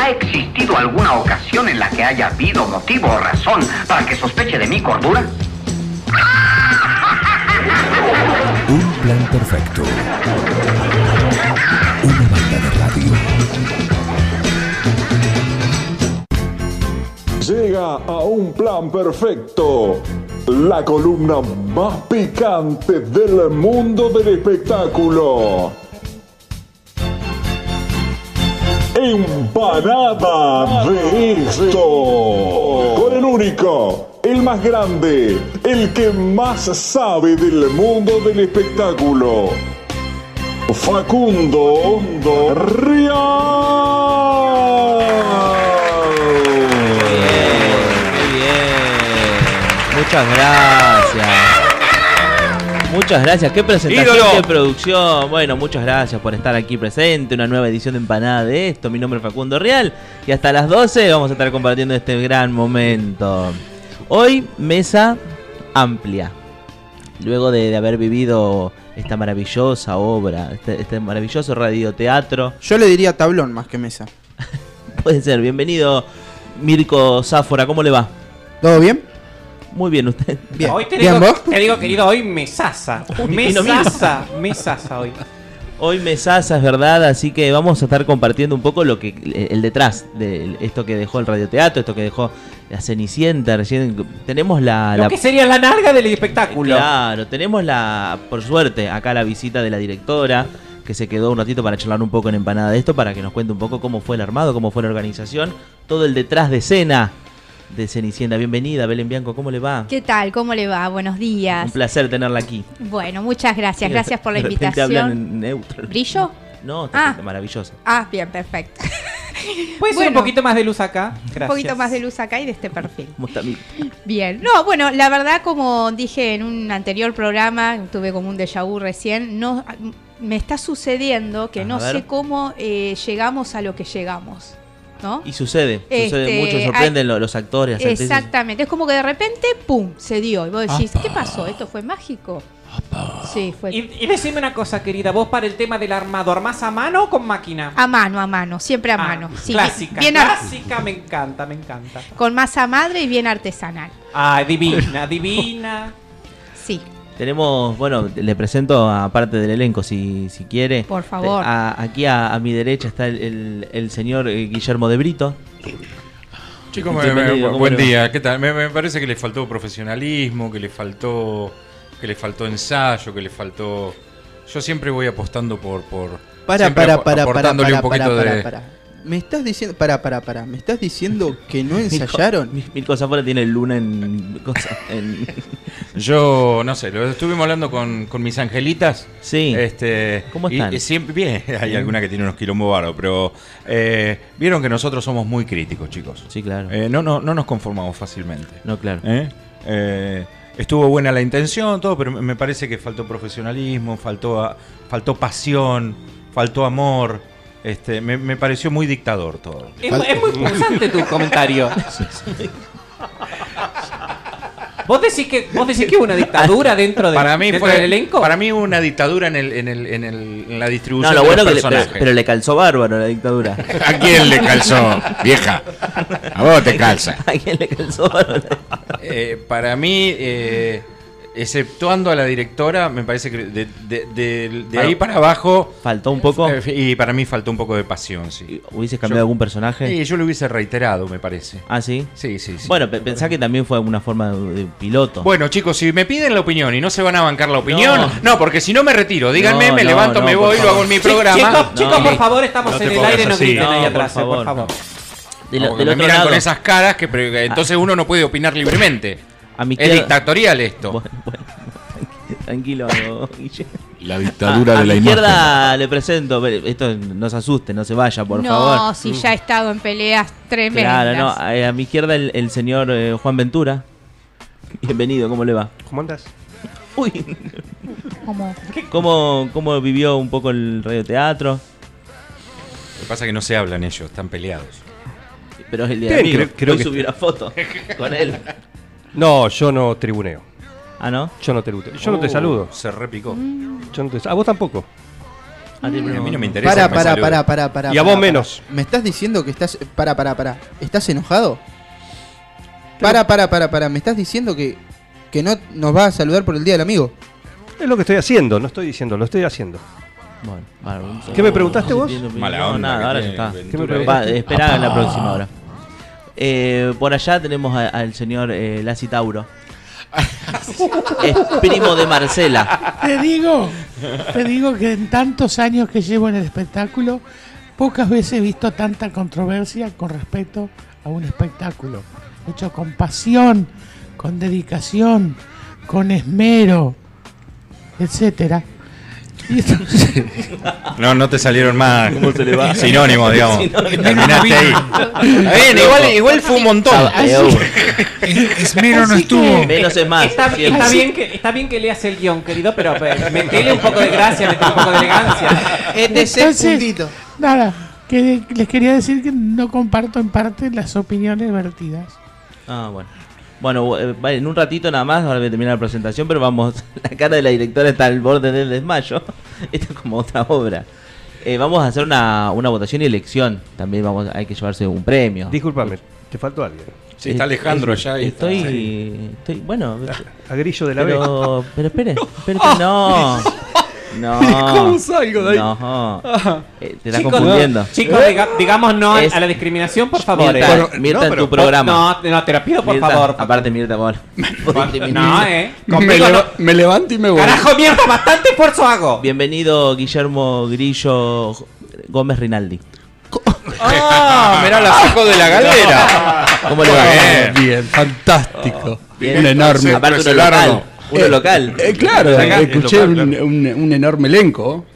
¿Ha existido alguna ocasión en la que haya habido motivo o razón para que sospeche de mi cordura? Un plan perfecto. Una banda de radio. Llega a un plan perfecto. La columna más picante del mundo del espectáculo. Empanada de esto. Con el único, el más grande, el que más sabe del mundo del espectáculo. Facundo Real. Muy bien. Muchas gracias. Muchas gracias. Qué presentación Ídolo. de producción. Bueno, muchas gracias por estar aquí presente. Una nueva edición de Empanada de esto. Mi nombre es Facundo Real. Y hasta las 12 vamos a estar compartiendo este gran momento. Hoy, mesa amplia. Luego de, de haber vivido esta maravillosa obra, este, este maravilloso radioteatro. Yo le diría tablón más que mesa. Puede ser. Bienvenido, Mirko Záfora. ¿Cómo le va? ¿Todo bien? Muy bien, usted. Bien. Hoy te ¿Bien digo, vos? te digo, querido, hoy mesaza. que no miro. Mesaza, mesaza hoy. Hoy mesaza, es verdad, así que vamos a estar compartiendo un poco lo que el detrás de esto que dejó el radioteatro, esto que dejó la Cenicienta, recién tenemos la, Lo la- que sería la narga del espectáculo. claro, tenemos la por suerte acá la visita de la directora que se quedó un ratito para charlar un poco en empanada de esto para que nos cuente un poco cómo fue el armado, cómo fue la organización, todo el detrás de escena de Cenicienta. Bienvenida, Belén Bianco, ¿cómo le va? ¿Qué tal? ¿Cómo le va? Buenos Un días. placer tenerla aquí. Bueno, muchas gracias. Gracias por la De repente hablan invitación. en neutro. ¿Brillo? No, Ah. maravillosa. Ah, bien, perfecto. Puede ser un Bueno. poquito más de luz acá. Gracias. Un poquito más de luz acá y de este perfil. ¿Cómo está mi- Bien. No, bueno, la verdad, como dije en un anterior programa, tuve como un déjà vu recién, no, me está sucediendo que A no ver. sé cómo eh, llegamos a lo que llegamos. ¿No? Y sucede, sucede Este, mucho, sorprenden lo- los actores. las actrices. Exactamente, es como que de repente, ¡pum!, se dio. Y vos decís, ¿qué pasó? ¿Esto fue mágico? Sí, fue Y, y decime una cosa, querida, vos para el tema del armado, ¿armás a mano o con máquina? A mano, a mano, siempre a Ah, mano. Sí, clásica, bien ar- clásica, me encanta, me encanta. con masa madre y bien artesanal. Ah, divina, divina. Sí. Tenemos, bueno, le presento a parte del elenco si, si quiere. Por favor. Te- a- aquí a, a mi derecha está el, el- el señor eh, Guillermo de Brito. Chicos, me- Bienvenido, me- ¿cómo buen le va? día, ¿qué tal? Me, me parece que le faltó profesionalismo, que le faltó que le faltó ensayo, que le faltó Yo siempre voy apostando por por Para, siempre para, ap- para, para, aportándole para, un poquito para, para, de para. Me estás diciendo, para, para, para. Me estás diciendo que no ensayaron. Mil, mil cosas fuera tiene luna en, cosa- en- Yo no sé, lo estuvimos hablando con, con mis angelitas. Sí. Este, ¿Cómo y- están? y siempre bien, hay alguna que tiene unos quilombos barros, pero eh, vieron que nosotros somos muy críticos, chicos. Sí, claro. Eh, no, no, no nos conformamos fácilmente. No, claro. ¿Eh? Eh, estuvo buena la intención, todo, pero me parece que faltó profesionalismo, faltó, a- faltó pasión, faltó amor. Este, me, me pareció muy dictador todo. Es, es muy pulsante tu comentario. ¿Vos decís que vos decís que hubo una dictadura dentro, de, Para mí dentro fue del elenco? Para mí hubo una dictadura en, el, en, el, en, el- en la distribución No, lo de bueno los que le, pero, personajes. pero le calzó bárbaro la dictadura. ¿A quién le calzó, vieja? A vos te calza. ¿A quién le calzó bárbaro? Eh, para mí, eh, exceptuando a la directora, me parece que de, de- de- de Claro. ahí para abajo. Faltó un poco. eh, y para mí faltó un poco de pasión, sí. ¿Hubieses cambiado Yo- algún personaje? Y yo lo hubiese reiterado, me parece. Ah, sí. Sí, sí, sí. Bueno, pe- pensá que también fue una forma de, de piloto. Bueno, chicos, si me piden la opinión y no se van a bancar la opinión, No. no, porque si no me retiro, díganme, No, me no, levanto, no, me por voy, lo hago favor. en mi Chi- programa. Chicos, chicos, No. por favor, estamos No te en el pongas aire, no así. griten No, ahí por atrás, eh, por favor. favor. De lo- Como que del me otro miran lado- Ah. con esas caras que pre- que entonces uno no puede opinar libremente. A mi es izquierda- dictatorial esto. Bueno, bueno, tranquilo, Guille. Ah, La dictadura a, a de la mi imagen. izquierda le presento, esto no se asuste, no se vaya, por no, favor. si ya he estado en peleas tremendas. Claro, no, ah, eh, a, a mi izquierda el, el señor eh, Juan Ventura. Bienvenido, ¿cómo le va? ¿Cómo andas? Uy, Como, ¿cómo, cómo vivió un poco el radioteatro? Lo que pasa es que no se hablan ellos, están peleados. Pero es el día Bien, de amigo. creo- creo Hoy que- subí una foto con él. No, yo no tribuneo. Ah, ¿no? Yo no te, yo no te Oh, saludo. Mm. Se repicó. Yo no te, a vos tampoco. A mí no me interesa. Para, que me para, salude. para, para, para. Y a vos menos. ¿Me estás diciendo que estás. Para, para, para. ¿Estás enojado? Para, para, para, para. ¿Me estás diciendo que, que no nos va a saludar por el día del amigo? Es lo que estoy haciendo, no estoy diciendo, lo estoy haciendo. Bueno, bueno, un- ¿Qué me preguntaste no vos? entiendo, Mala no, onda que nada, ahora ya tiene está. Ventura. ¿Qué me Va, preguntaste? espera la próxima hora. Eh, por allá tenemos a- al señor eh, Lassi Tauro. es primo de Marcela. Te digo, te digo que en tantos años que llevo en el espectáculo, pocas veces he visto tanta controversia con respecto a un espectáculo. Hecho con pasión, con dedicación, con esmero, etcétera. Y entonces- No, no te salieron más ¿Cómo se le va? sinónimos, digamos. Sinónimos. Terminaste ahí. Está bien, igual, igual fue un montón. Esmero no estuvo. eh, uh, Menos es más. Está, siempre. está bien que, está bien que leas el guión, querido, pero eh, metele un poco de gracia, metele un poco de elegancia. ETC Entonces- puntito. Nada, que les quería decir que no comparto en parte las opiniones vertidas. Ah, bueno. Bueno, eh, va, en un ratito nada más, ahora voy a terminar la presentación, pero vamos, la cara de la directora está al borde del desmayo. Esto es como otra obra. Eh, vamos a hacer una, una votación y elección. También vamos, hay que llevarse un premio. Disculpame, te faltó alguien. Sí, está Alejandro allá. y está- Estoy, estoy, bueno, A grillo de la vez. pero, pero espere, espere, que no. No. ¿Cómo salgo de ahí? No. Eh, te estás Chicos, confundiendo. chicos, ¿Eh? diga- digamos no a- Es- a la discriminación, por favor. Mirta, eh. Mirta no, en tu pero- programa. No, no, te lo pido, por Mirta, favor. Aparte, Mirta, por favor. No, eh. Me, Conmigo leva- me levanto y me no. voy. Carajo, mierda, bastante esfuerzo hago. Bienvenido Guillermo Grillo Gómez Rinaldi. Ah, mirá, la saco de la galera. ¿Cómo le va? Bien. Bien, fantástico. Bien. Un enorme. Aparte uno Se local. largo. Uno Eh, local. eh, claro, Acá es escuché local, un, claro. un- un enorme elenco.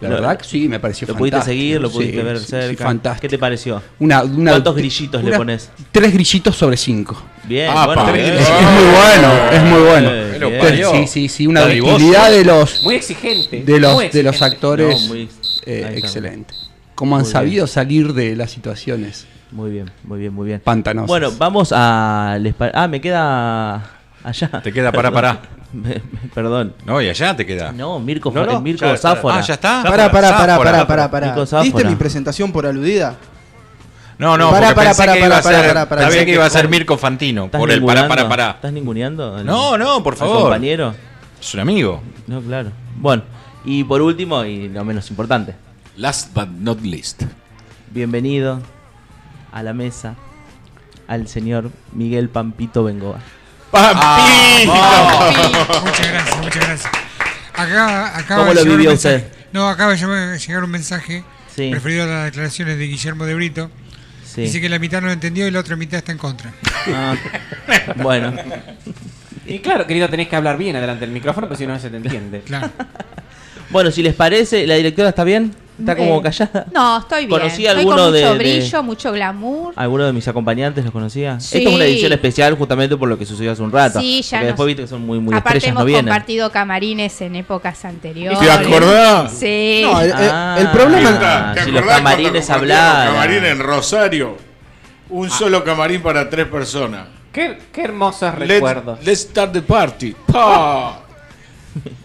La Lo- verdad que sí, me pareció ¿Lo pudiste fantástico. seguir? ¿Lo Sí, pudiste ver sí, sí, cerca? ¿Qué fantástico. te pareció? Una- una- ¿Cuántos grillitos le una- pones? Tres grillitos sobre cinco. Bien, Ah, bueno, pa. bien. eh. es, es muy bueno, es muy bueno. Eh, Pero bien. parió. Sí, sí, sí, una Dadivoso. ductilidad de los Muy exigente. de los muy de los exigente. actores No, muy- eh, ahí está. excelente. Cómo han Muy sabido salir de las situaciones Muy bien, muy bien, muy bien. pantanosas. Bueno, vamos al... espa- Ah, me queda allá. Te queda pará, pará. Me- me- Perdón. No, y allá te queda. No, Mirko, No, Fa- no, Mirko ya está. Záfora. Ah, ya está. Para, para, para, Záfora. para, para, para. Nico Záfora. ¿Viste mi presentación por aludida? No, no, Pará, porque pará, pensé pará, que iba a pará, ser, pará, pará, sabía pará. que iba a ser Mirko Fantino. ¿Estás Por el pará, pará, ninguneando? pará. ¿Estás ninguneando? al- No, no, por al favor. compañero? Es un amigo. No, claro. Bueno, y por último, y no menos importante, Last but not least. bienvenido a la mesa al señor Miguel Pampito Bengoa. ¡Pampito! Muchas gracias, muchas gracias. Acá, acaba de ¿Cómo lo llegar un vivió mensaje- usted? No, acaba de llegar- llegar un mensaje Sí, referido a las declaraciones de Guillermo de Brito. Dice sí. que la mitad no lo entendió y la otra mitad está en contra. Ah, bueno, Y claro, querido, tenés que hablar bien adelante del micrófono, porque si no, no se te entiende. Claro. bueno, si les parece, ¿la directora está bien? ¿Está como Eh, callada? No, estoy bien. Conocí Estoy con alguno mucho de- de- Ah, brillo, mucho glamour. ¿Alguno de mis acompañantes los conocía? Sí. Esto es una edición especial justamente por lo que sucedió hace un rato. Sí, ya Porque nos- después viste que son muy, muy Aparte estrellas, hemos no vienen. compartido camarines en épocas anteriores. ¿Te acordás? Sí. No, el, el- Ah. el problema. Mirta, ¿te Ah, si los acordás cuando camarines compartíamos hablaran? Ah. camarín en Rosario. Un solo camarín para tres personas. Qué, qué hermosos recuerdos. start the party. ah.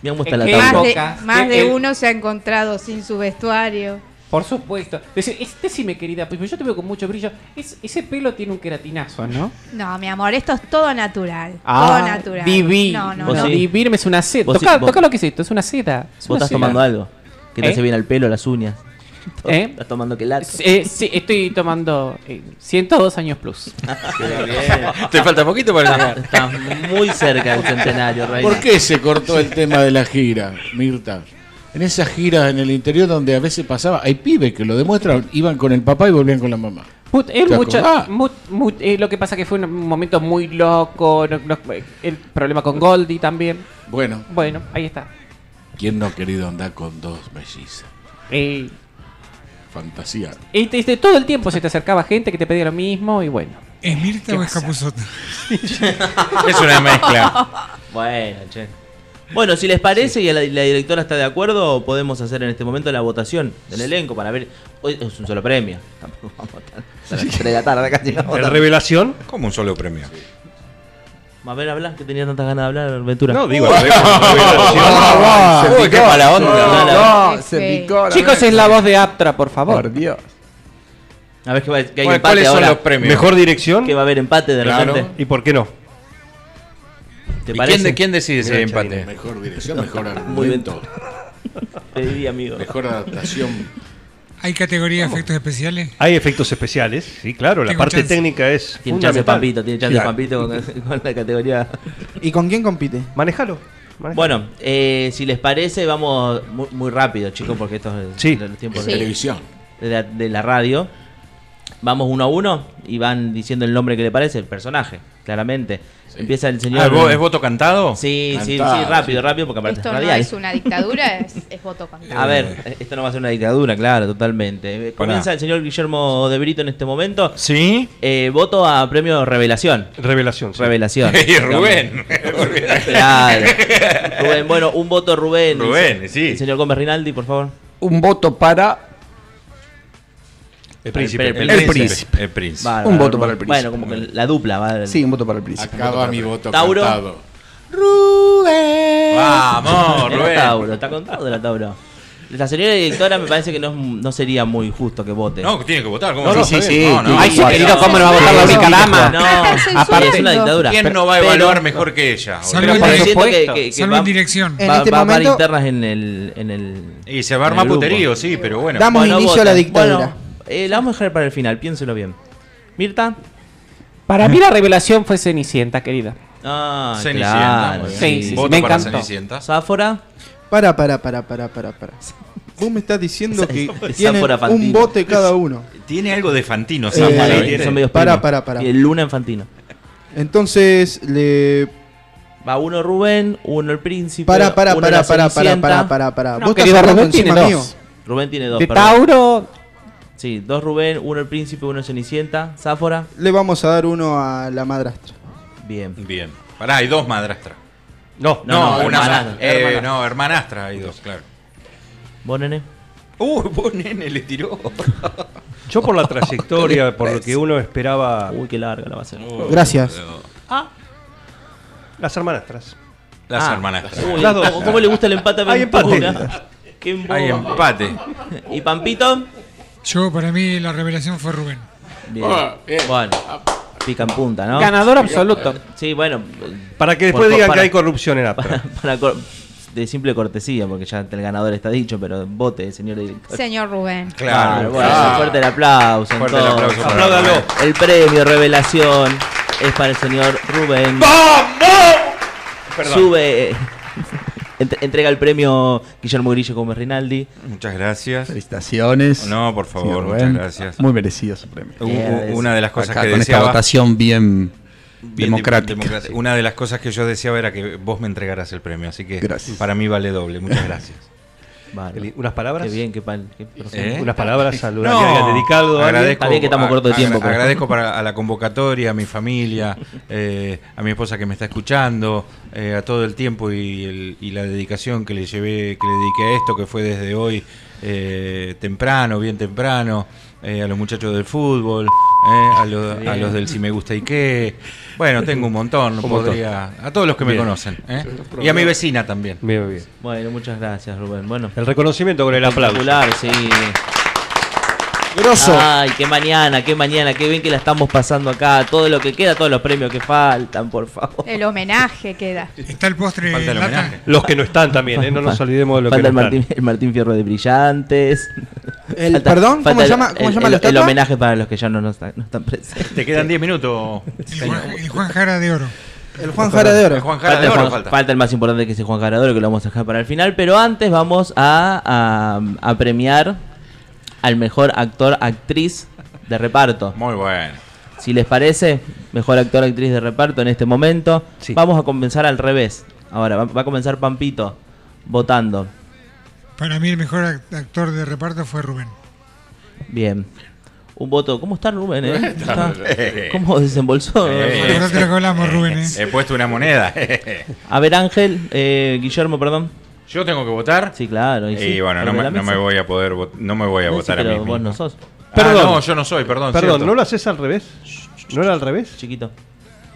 Mirá cómo está Es la que- tabla. más de, épocas. más de El- uno se ha encontrado sin su vestuario. Por supuesto. Deci- es- decime, querida, pues yo te veo con mucho brillo. Es- ese pelo tiene un queratinazo, ¿no? Ah, No, mi amor, esto es todo natural. todo natural. divino. No, no, Ah, Vos no. sí. Divirme es una seda. Vos sí, Toca, vos- toca lo que es esto, es una seda. Es Vos una estás seda. tomando algo que te ¿Eh? hace bien al pelo, a las uñas. ¿Eh? Estás tomando quelato. Eh, sí, estoy tomando eh, 102 años plus. Te falta poquito para Estás, llegar. estás muy cerca del centenario, Reina. ¿Por qué se cortó el tema de la gira, Mirta? En esas giras en el interior donde a veces pasaba, hay pibes que lo demuestran, iban con el papá y volvían con la mamá. Mut- él ¿Te mucha- acordás? mut- mut- eh, lo que pasa que fue un momento muy loco. no- no- el problema con Goldie también. Bueno, Bueno, ahí está. ¿quién no ha querido andar con dos mellizas? Eh, Fantasía. y te- te- todo el tiempo se te acercaba gente que te pedía lo mismo y bueno. ¿Es Mirta ¿Qué o es pasa? Capuzotto? Es una mezcla. Bueno, che. Bueno, si les parece y la, la directora está de acuerdo, podemos hacer en este momento la votación del elenco para ver. Hoy es un solo premio. Tampoco vamos a votar. A las tres de la tarde casi. no vamos a ¿El votar. revelación? Como un solo premio. Mabel, hablas que tenía tantas ganas de hablar, Ventura. No, digo, la vez cuando me vino a decir- Ah, va. Uy, qué mala onda. Ah, No, Este, se picó. Chicos, es la voz de Aptra, por favor. Por Dios. A ver que, va- que hay Bueno, empate ¿cuáles son ahora. los premios? Mejor dirección. Que va a haber empate de Claro. repente. ¿Y por qué no? ¿Te ¿Y parece? quién de- quién decide si hay empate? Mejor dirección, mejor Muy bien. argumento. Pedí, amigo. Mejor adaptación. ¿Hay categoría de efectos especiales? Hay efectos especiales, sí, claro. La Tengo parte chance. técnica es. Tiene chance fundamental. Pampito, tiene chance Claro. Pampito con, con la categoría. ¿Y con quién compite? Manejalo. Bueno, eh, si les parece, vamos muy, muy rápido, chicos, porque estos es los tiempos Sí. Televisión. De la, de la radio. Vamos uno a uno y van diciendo el nombre que le parece, el personaje, claramente. Empieza el señor. Ah, ¿es vo- es voto cantado? Sí, sí, Cantado, sí, rápido, rápido, porque aparte es Esto no radial. es una dictadura, es, es voto contado. A ver, eh, esto no va a ser una dictadura, claro, totalmente. Eh, Comienza el señor Guillermo de Brito en este momento. Eh, Sí. voto a premio Revelación. Revelación. Revelación. Y Rubén. Claro. Rubén, bueno, un voto Rubén. Rubén, El se- El señor Gómez Rinaldi, por favor. Un voto para. El príncipe. El El príncipe. príncipe. El príncipe. Bárbaro. Un voto para el Bueno, como que la dupla va. Sí, un voto para el príncipe. Acaba mi voto Tauro. cantado. Rubén. Vamos, Era Rubén. Tauro, está contado la Tauro. La señora directora me parece que no, es- no sería muy justo que vote. No, tiene que votar. ¿cómo? No, no, Sí, sí, está sí. bien. No, no. Ay, sí, querido, ¿cómo no va a votar la única dama? No, aparte, es una dictadura. ¿Quién no va a Pero- evaluar mejor que ella? Salvo en dirección. Siento que- que- que va- En Va, este va a haber momento- internas en el, en el. Y se va a armar puterío, sí, pero bueno. Damos inicio a la dictadura. eh, la vamos a dejar para el final, piénselo bien. Mirta. Para mí la revelación fue Cenicienta, querida. Ah, Cenicienta, claro. muy bien. Sí, sí, sí, Voto me para encantó. Cenicienta. Sáfora. Para, para, para, para, para, para. Vos me estás diciendo que Esa tienen por Fantino. un bote cada uno. Tiene algo de Fantino, Eh, Záfara, sí, ¿eh? tiene. Son medios Para, primos. para, para. Y el Luna Infantino. Entonces, le. Va uno Rubén, uno el príncipe. Para, para, uno para, la para, para, Cenicienta. para, para, para. No, Vos querido, estás hablando Rubén tiene encima dos. mío. Rubén tiene dos. De perdón. Tauro. Sí, dos Rubén, uno el príncipe, uno el Cenicienta. Sáfora. Le vamos a dar uno a la madrastra. Bien. Bien. Pará, hay dos madrastras. No, no, no, una hermanastra. eh, Hermanastra. No, hermanastra hay dos, claro. ¿Vos, nene? Uh, vos nene le tiró. Yo por la trayectoria, por lo que uno esperaba. Uy, qué larga la va a ser. Gracias. Las hermanastras. Las Ah. hermanastras. Uy, ¿cómo- ¿Cómo le gusta el empate a Hay Ventura? empate. Qué embobo. Hay empate. ¿Y Pampito? Yo, para mí, la revelación fue Rubén. Ah, Bien. Bueno, pica en punta, ¿no? Ganador absoluto. Sí, bueno. Para que después digan que hay corrupción en APRA. Para, para cor- de simple cortesía, porque ya el ganador está dicho, pero vote, señor director. Señor Rubén. Claro, bueno, Ah. claro. fuerte el aplauso. Fuerte el entonces. aplauso para Apláudalo. Rubén. El premio Revelación es para el señor Rubén. Perdón. Sube. eh, ent- entrega el premio Guillermo Grillo Gómez Rinaldi. Muchas gracias. Felicitaciones. No, por favor, señor muchas Rubén. gracias. Muy merecido su premio. U- u- una de las cosas Acá, que con deseaba- esta votación bien, Bien, democrática. democrática. Una de las cosas que yo deseaba era que vos me entregaras el premio, así que para mí vale doble. Muchas gracias. Eli- ¿Unas palabras? Qué bien, qué pal. qué profundo. ¿Eh? Unas palabras al lugar No, que hayan dedicado a alguien. agradezco, Está bien que estamos a- cortos de agra- tiempo, pero- Agradezco para, a la convocatoria, a mi familia, eh, a mi esposa que me está escuchando, eh, a todo el tiempo y, el- y la dedicación que le llevé, que le dediqué a esto, que fue desde hoy eh, temprano, bien temprano, eh, a los muchachos del fútbol, eh, a, los- a los del si me gusta y qué. Bueno, tengo un montón, no Un montón. podría- a todos los que me Bien. conocen. eh. Y a mi vecina también. Bien, bien. Bueno, muchas gracias, Rubén. Bueno, El reconocimiento con el aplauso. espectacular, sí. Grosso. Ah, Ay, qué mañana, qué mañana, qué bien que la estamos pasando acá. Todo lo que queda, todos los premios que faltan, por favor. El homenaje queda. Está el postre. lata. Los que no están también, ¿eh? no nos olvidemos de lo Falta que el no están. Martín, el Martín Fierro de Brillantes. El- perdón, ¿cómo se llama- cómo se llama el, la el estatua? homenaje para los que ya no, no están, no están presentes. Te quedan 10 minutos. El Juan Jara de Oro. El Juan Jara de Oro. El Juan Jara de el Oro Juan- falta. el más importante que es el Juan Jara de Oro, que lo vamos a dejar para el final. Pero antes vamos a, a- a premiar al mejor actor, actriz de reparto. Muy bueno. Si les parece, mejor actor, actriz de reparto en este momento. Vamos a comenzar al revés. Ahora, va, va a comenzar Pampito votando. Para mí, el mejor act- actor de reparto fue Rubén. Bien. Un voto. ¿Cómo está Rubén? eh? Está- Está- ¿Cómo desembolsó? Eh, Acordate lo que hablamos, Rubén, eh. He puesto una moneda. A ver, Ángel, eh, Guillermo, perdón. Yo tengo que votar. Sí, claro. Y Y, sí, bueno, no sobre me, la no me mesa. voy a poder vot- no me voy a No, sí, votar a mí. pero vos mismo. no sos. Ah, no, yo no soy, perdón. Perdón, cierto. ¿no lo haces al revés? ¿No era al revés? Chiquito.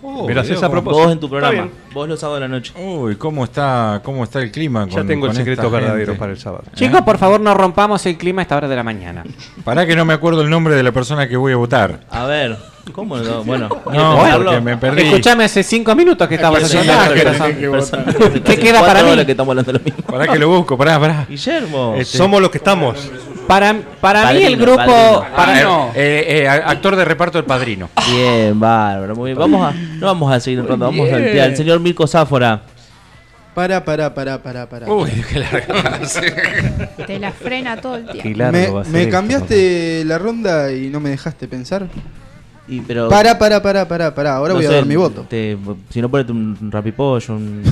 Oh, Me lo haces mirá a vos. propósito. Vos en tu programa. Está bien. Vos los sábados de la noche. Uy, ¿cómo está, cómo está el clima? Ya tengo el secreto esta verdadero gente? para el sábado. Chicos, por favor, no rompamos el clima a esta hora de la mañana. Pará que no me acuerdo el nombre de la persona que voy a votar. A ver, ¿cómo no? Bueno, No, porque me perdí. Escuchame hace cinco minutos que estabas Ah, Personaje, haciendo- tenés que votar. ¿Qué queda para mí? Pará que lo busco, pará, pará. Guillermo. Eh, Somos los que estamos. Para, para mí el grupo... Para, Ah, no. eh, eh, a- actor de reparto El Padrino. Bien, bárbaro, muy bien. Vamos a, no vamos a seguir en ronda, vamos a Bien. saltear. El señor Mirko Záfora. Para, para, para, para, para. Uy, qué largo Te la frena todo el tiempo. Qué largo me va a ser me esto, cambiaste la ronda y no me dejaste pensar. Y, pero, Para, para, para, para, para. Ahora no voy sé, a dar mi voto. te- si no, ponete un rapipollo, un,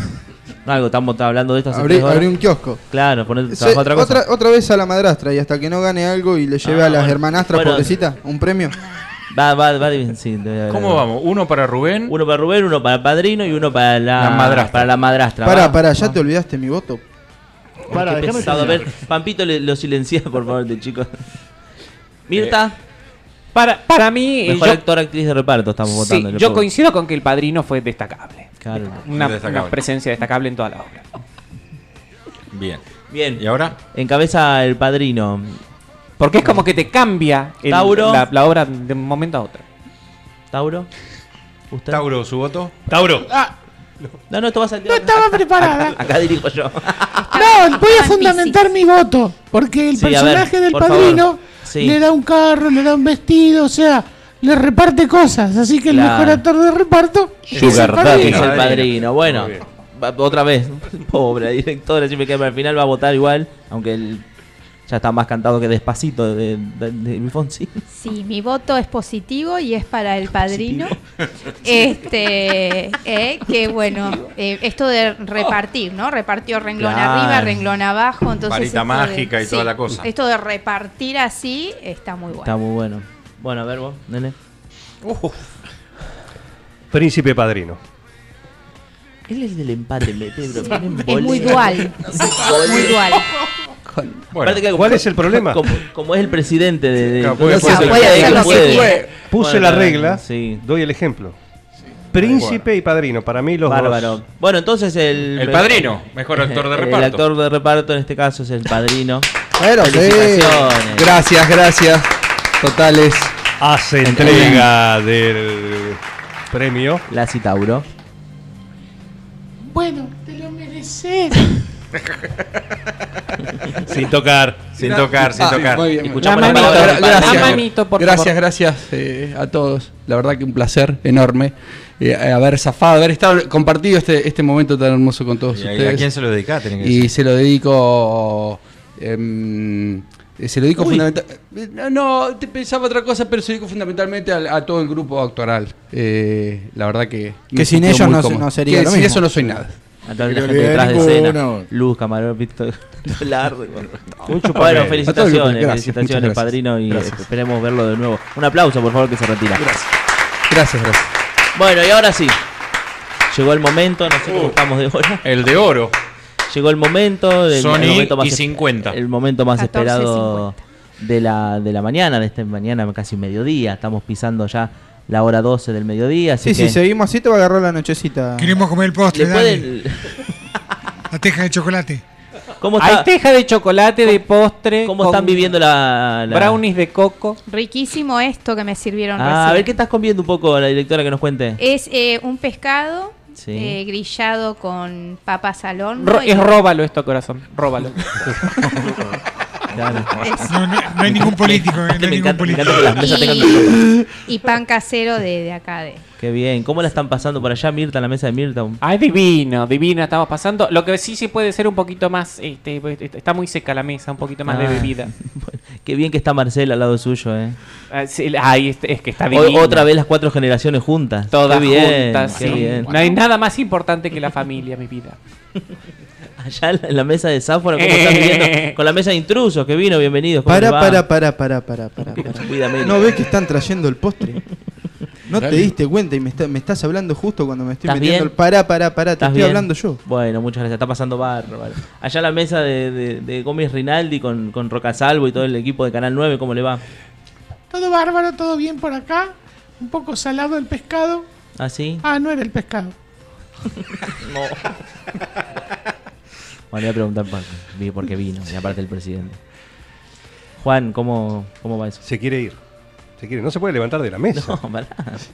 algo. Estamos hablando de esto hace Abrí- tres horas. abrí un kiosco. Claro, ponete Se- trabaja otra cosa. otra vez a la madrastra y hasta que no gane algo y le lleve Ah, a las bueno. hermanastras Bueno. pobrecita un premio. Va, va, va, bien, sí, de- de- ¿Cómo de- vamos? Uno para Rubén. Uno para Rubén, uno para el padrino y uno para la, La madrastra. Para la madrastra. Para, va. para, ya te olvidaste mi voto. Qué déjame pesado. A terminar. ver, Pampito le- lo silencia, por favor, de chicos. Mirta, Para, para mí... eh, mejor yo- actor, actriz de reparto estamos sí, votando. yo coincido con que el padrino fue destacable. Claro. Una, Destacable. una presencia destacable en toda la obra. Bien. Bien. ¿Y ahora? Encabeza el padrino. Porque es como que te cambia el- Tauro. La, la obra de un momento a otro. Tauro. ¿Usted? Tauro, su voto. Tauro. No, no, esto va a salir. No estaba preparada. Acá dirijo yo. No, voy a fundamentar mi voto. Porque el Sí, a ver, personaje del por favor. padrino Sí. le da un carro, le da un vestido, o sea, le reparte cosas. Así que Claro. el mejor actor de reparto es el Sugar Daddy. padrino. Es el padrino. Bueno, va- otra vez. Pobre la directora, siempre que al final va a votar igual. Aunque él ya está más cantado que despacito de, de, de Alfonsín. Sí, mi voto es positivo y es para el padrino. Este, eh, que bueno, eh, esto de repartir, ¿no? Repartió renglón Claro. arriba, renglón abajo, entonces Varita esto de- mágica y toda la cosa. Esto de repartir así está muy bueno. Está muy bueno. Bueno, a ver vos, nene. Príncipe padrino. Él es el del empate, me Pedro. Sí, me es muy embolé. dual. muy dual. Aparte que- ¿Cuál es el problema? Como, como es el presidente de. de- Claro, puede- no sé, puede- se puede puede, hacer lo no que puede. quiere. Puse Bueno, la regla, Sí. doy el ejemplo. Príncipe y padrino, para mí los Bárbaro. dos. Bueno, entonces el. El padrino, mejor actor de El reparto. actor de reparto en este caso es el padrino. Pero sí. Felicitaciones. Gracias, gracias. Totales. Hace entrega del premio. La Citauro. Bueno, te lo mereces. Sin tocar. Sin tocar, sin Ah, muy bien, tocar. muy bien. Escuchamos la Bueno, palabra gra- del gracias, padrino. gracias, gracias eh, a todos. La verdad que un placer enorme eh, haber zafado, haber estado compartido este, este momento tan hermoso con todos ¿Y a- ustedes. a quién se lo dedicás? Tenés que Y decir. se lo dedico. em, eh, se lo dedico fundamentalmente. No, te pensaba otra cosa, pero se lo dedico fundamentalmente al- a, todo el grupo actoral. Eh, la verdad que. me Que sin sintió ellos muy no se- cómodo. no sería Que lo sin mismo. eso no soy nada. A toda la No le gente da detrás de ninguna. escena. Luz, Camarón, Víctor. Largo. Mucho papel. A Bueno, todo el grupo, felicitaciones, gracias, muchas felicitaciones, gracias. padrino. Y Gracias. esperemos verlo de nuevo. Un aplauso, por favor, que se retira. Gracias, gracias. Bueno, y ahora sí. Llegó el momento, nosotros Uh. estamos de hora. El de oro. Llegó el momento, el, Sony el momento más y esp- 50. el momento más 14, esperado de la, de la mañana, de esta mañana casi mediodía. Estamos pisando ya la hora 12 del mediodía. Así Sí, que sí, seguimos así te va a agarrar la nochecita. Queremos comer el postre, le dale. pueden- La teja de chocolate. ¿Cómo, Hay está- teja de chocolate, de postre. cómo están con viviendo la, la- Brownies de coco. Riquísimo esto que me sirvieron Ah, a ver recién. qué estás comiendo un poco, la directora que nos cuente. Es eh, un pescado Sí. eh, grillado con papas al horno. Ro- y- es róbalo esto, corazón. Róbalo. Claro. No, no, no hay ningún político, eh, no me hay ningún encanta, me político. encanta que las mesas tengan cosas. y, y pan casero de, de acá de. Qué bien. ¿Cómo la están pasando por allá, Mirta, en la mesa de Mirta? Un- Ay, Ah, divino, divino, estamos pasando. Lo que sí sí puede ser un poquito más, este, está muy seca la mesa, un poquito más de Ah. bebida. Qué bien que está Marcela al lado suyo, eh. Ah, sí, Ay, este- es que está O- divino. otra vez las cuatro generaciones juntas. Todas Qué bien, juntas, qué sí. bien. No hay nada más importante que la familia, mi vida. Allá en la- en la mesa de Záfora, ¿cómo están viviendo? Con la mesa de intrusos que vino, bienvenidos. ¿cómo Para, les va? para, para, para, para, para, para. Cuídame. ¿No ves que están trayendo el postre? No te Dale. diste cuenta y me, está- me estás hablando justo cuando me estoy ¿Estás metiendo bien? el para, para, para, te ¿Estás estoy bien? hablando yo. Bueno, muchas gracias. Está pasando bárbaro. Allá en la mesa de, de, de Gómez Rinaldi con, con Roca Salvo y todo el equipo de Canal 9, ¿cómo le va? Todo bárbaro, todo bien por acá. Un poco salado el pescado. ¿Ah, sí? Ah, no era el pescado. No. Bueno, le voy a preguntar por, vi- por qué vino, y aparte el presidente. Juan, ¿cómo, ¿cómo va eso? Se quiere ir. Se quiere, no se puede levantar de la mesa. No, pará.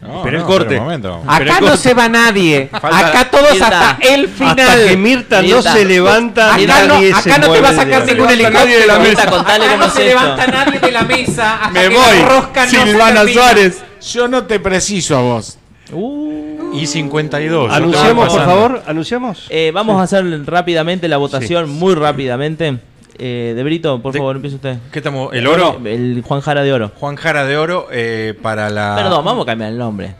No, Pero no, el corte. pero un momento. Acá Pero el no corte. se va nadie. Falta- acá todos hasta Mirta. el final. Hasta que Mirta, no se levanta. Acá no, nadie se acá no te mueve va a de sacar la ningún mesa. helicóptero. Nadie de la mesa. acá no se levanta nadie de la mesa. Hasta Me que voy. La rosca no se Silvana termina. Suárez. Yo no te preciso a vos. Uh. Y 52. Anunciamos, por Pasando. favor, anunciamos. Eh, vamos a hacer rápidamente la votación, muy rápidamente. Eh, de Brito, por favor, empiece usted. ¿Qué estamos? ¿El oro? El Juan Jara de Oro. Juan Jara de Oro eh, para la. Perdón, vamos a cambiar el nombre.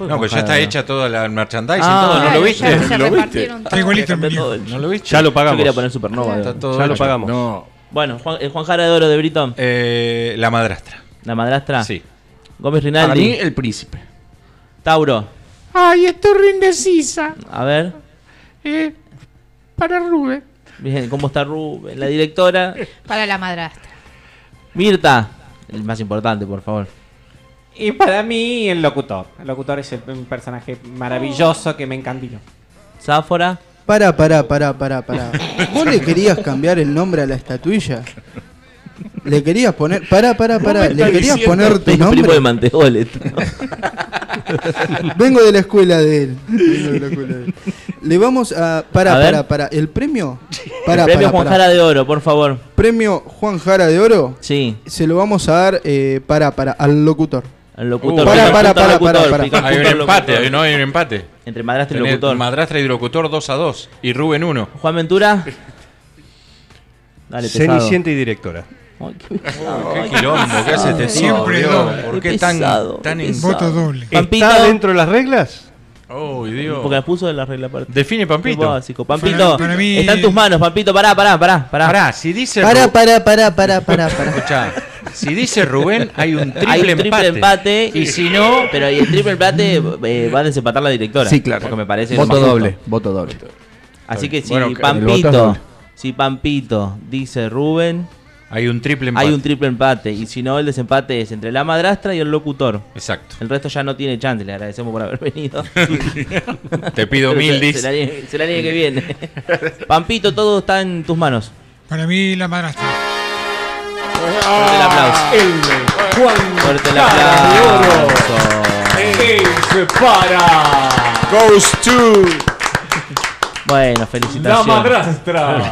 No, pero ya está hecha toda la el merchandising, Ah, todo, ¿no claro, lo viste? ya se ¿Lo viste? repartieron todo. Está igualito el mío. ¿No lo viste? Ya lo pagamos. Yo quería poner Supernova, Está de- todo ya lo hecho. pagamos. No. Bueno, Juan, el Juan Jara de Oro de Brito. Eh, la madrastra. ¿La madrastra? Sí. Gómez Rinaldi. Para mí, el príncipe. Tauro. Ay, estoy re indecisa. A ver. Eh, para Rubén. Bien, ¿cómo está Rubén? La directora. Para la madrastra. Mirta. El más importante, por favor. Y para mí, el locutor. El locutor es el- un personaje maravilloso que me encandiló. Sáfora. Para, para, para, para, para. ¿Vos le querías cambiar el nombre a la estatuilla? Le querías poner. Para, para, para. Le querías poner tu Es primo de nombre. Mantegolet. Vengo de la escuela de él. Vengo de la escuela de él. Le vamos a. Para, A ver. para, para. ¿El premio? Para, el premio para, Juan para. Jara de Oro, por favor. Premio Juan Jara de Oro. Sí. Se lo vamos a dar eh, para, para, al locutor. Al locutor. para, pica para, punto para, locutor, para, para. pica Uh, Hay un punto empate, locutor. no hay un empate. Entre madrastra y Tenés locutor. Madrastra y locutor 2 a 2. Y Rubén 1. Juan Ventura. Dale, pesado. Cenicienta y directora. Qué quilombo, ¿qué hace este tipo? Siempre Dios? doble. ¿Por qué Qué tan, pesado, tan qué en- pesado. Voto doble. ¿Está dentro de las reglas? Uy, Dios. Porque las puso de la regla aparte. Define Pampito. Qué básico. Pampito, Para- para mí- está en tus manos, Pampito. Pará, pará, pará. Pará, Pará, si dice Para, Ru- para, para, para, para, para. Escuchá, si dice Rubén, hay un triple, Hay un triple empate. empate. Y si no, Pero y el triple empate eh, va a desempatar la directora. Sí, claro. Porque me parece. lo voto más justo. doble, voto doble. Así que si Bueno, que- el voto es Pampito, doble. si Pampito dice Rubén, hay un triple empate. hay un triple empate. Y si no, el desempate es entre la madrastra y el locutor. Exacto. El resto ya no tiene chance. Le agradecemos por haber venido. Te pido Pero se- mil dis. Será el año- será el año que viene. Pampito, todo está en tus manos. Para mí la madrastra. Fuerte el aplauso. Ah, Fuerte el Eh, aplauso. para! Goes to. Bueno, felicitaciones. La madrastra.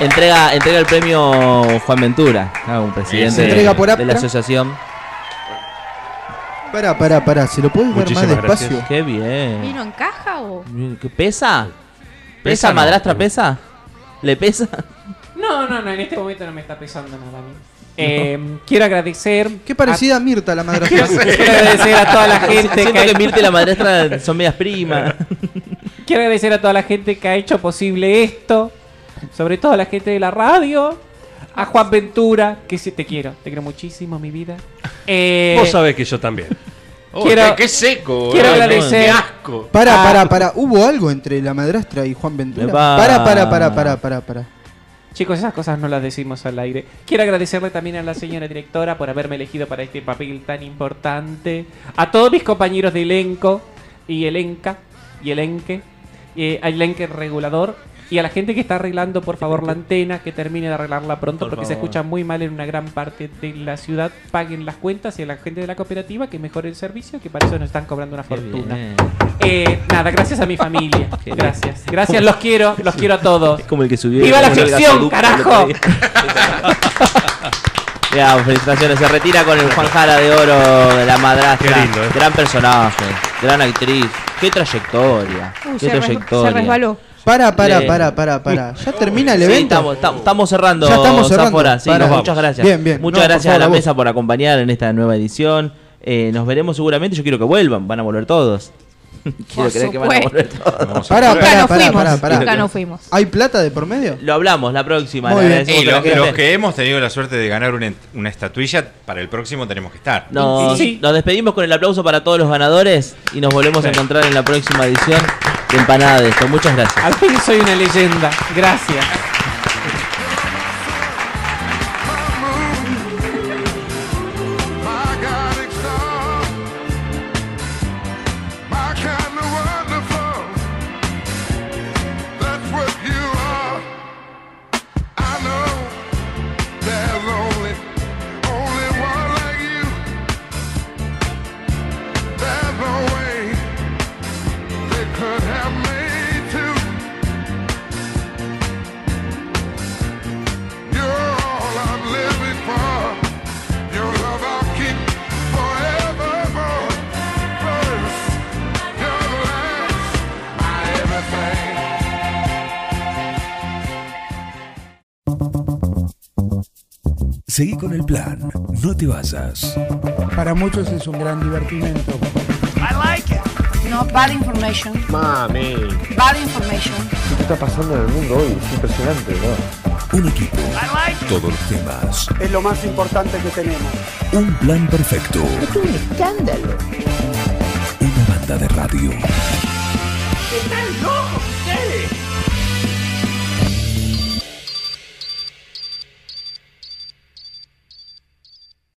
entrega, entrega el premio Juan Ventura, ah, un presidente Se entrega por de, APRA. la asociación. Para, para, para. ¿Se lo puedes ver más despacio? Qué bien. ¿Vino en caja o? ¿Qué ¿Pesa? ¿Pesa, Pesa, no. madrastra? ¿Pesa? ¿Le pesa? No, no, no, en este momento no me está pesando nada a mí. Eh, Quiero agradecer. Qué parecida a Mirta la madrastra. Quiero agradecer a toda la gente Siento que, que- Mirta y la madrastra son medias primas. Quiero agradecer a toda la gente que ha hecho posible esto, sobre todo a la gente de la radio, a Juan Ventura, que sí, te quiero, te quiero muchísimo, mi vida. Eh, Vos sabés que yo también. Oh, quiero- qué, qué seco. quiero eh, agradecer- Qué asco. Para, Ah. para, para. ¿Hubo algo entre la madrastra y Juan Ventura? Epa. Para, para, para, para, para, para. Chicos, esas cosas no las decimos al aire. Quiero agradecerle también a la señora directora por haberme elegido para este papel tan importante. A todos mis compañeros de elenco y elenca y elenque, eh, al elenque regulador y a la gente que está arreglando, por favor, la antena, que termine de arreglarla pronto Por porque se favor. escucha muy mal en una gran parte de la ciudad. Paguen las cuentas y a la gente de la cooperativa que mejore el servicio, que para eso nos están cobrando una fortuna. bien. Eh, nada, gracias a mi familia. Qué bien. Gracias. Gracias, los quiero, los quiero a todos. Es como el que subió. ¡Viva la el ficción, gasoducto el otro carajo! día. Ya, pues, felicitaciones. Se retira con el Juan Jara de Oro de la madrastra. Qué lindo, eh. Gran personaje, gran actriz. Qué trayectoria. Uh, qué se res- trayectoria. se resbaló. Para, para, Le- para, para, para. ¿Ya termina el Sí, evento? estamos, ta- estamos cerrando, Ya estamos cerrando. Záfora. Sí, Para. nos- muchas gracias. Bien, bien. Muchas No, por gracias a favor, la a vos. mesa por acompañar en esta nueva edición. Eh, nos veremos seguramente. Yo quiero que vuelvan. Van a volver todos. quiero Por creer que van a supuesto. volver todos. Para, Nunca para, nos para, fuimos, para, para. nunca nos fuimos. ¿Hay plata de por medio? Lo hablamos la próxima. Muy le bien. agradecemos Y a la los, gente. los que hemos tenido la suerte de ganar una, una estatuilla, para el próximo tenemos que estar. Nos, nos despedimos con el aplauso para todos los ganadores y nos volvemos a encontrar en la próxima edición de Empanada de esto. Muchas gracias. Al fin soy una leyenda. Gracias. I got excited. Seguí con el plan, no te vayas. Para muchos es un gran divertimento. No, bad information. Mami. Bad information. ¿Qué está pasando en el mundo hoy? Es impresionante, ¿no? Un equipo. Todos los temas. Es lo más importante que tenemos. Un plan perfecto. Es un escándalo. Una banda de radio. ¡Están locos ustedes!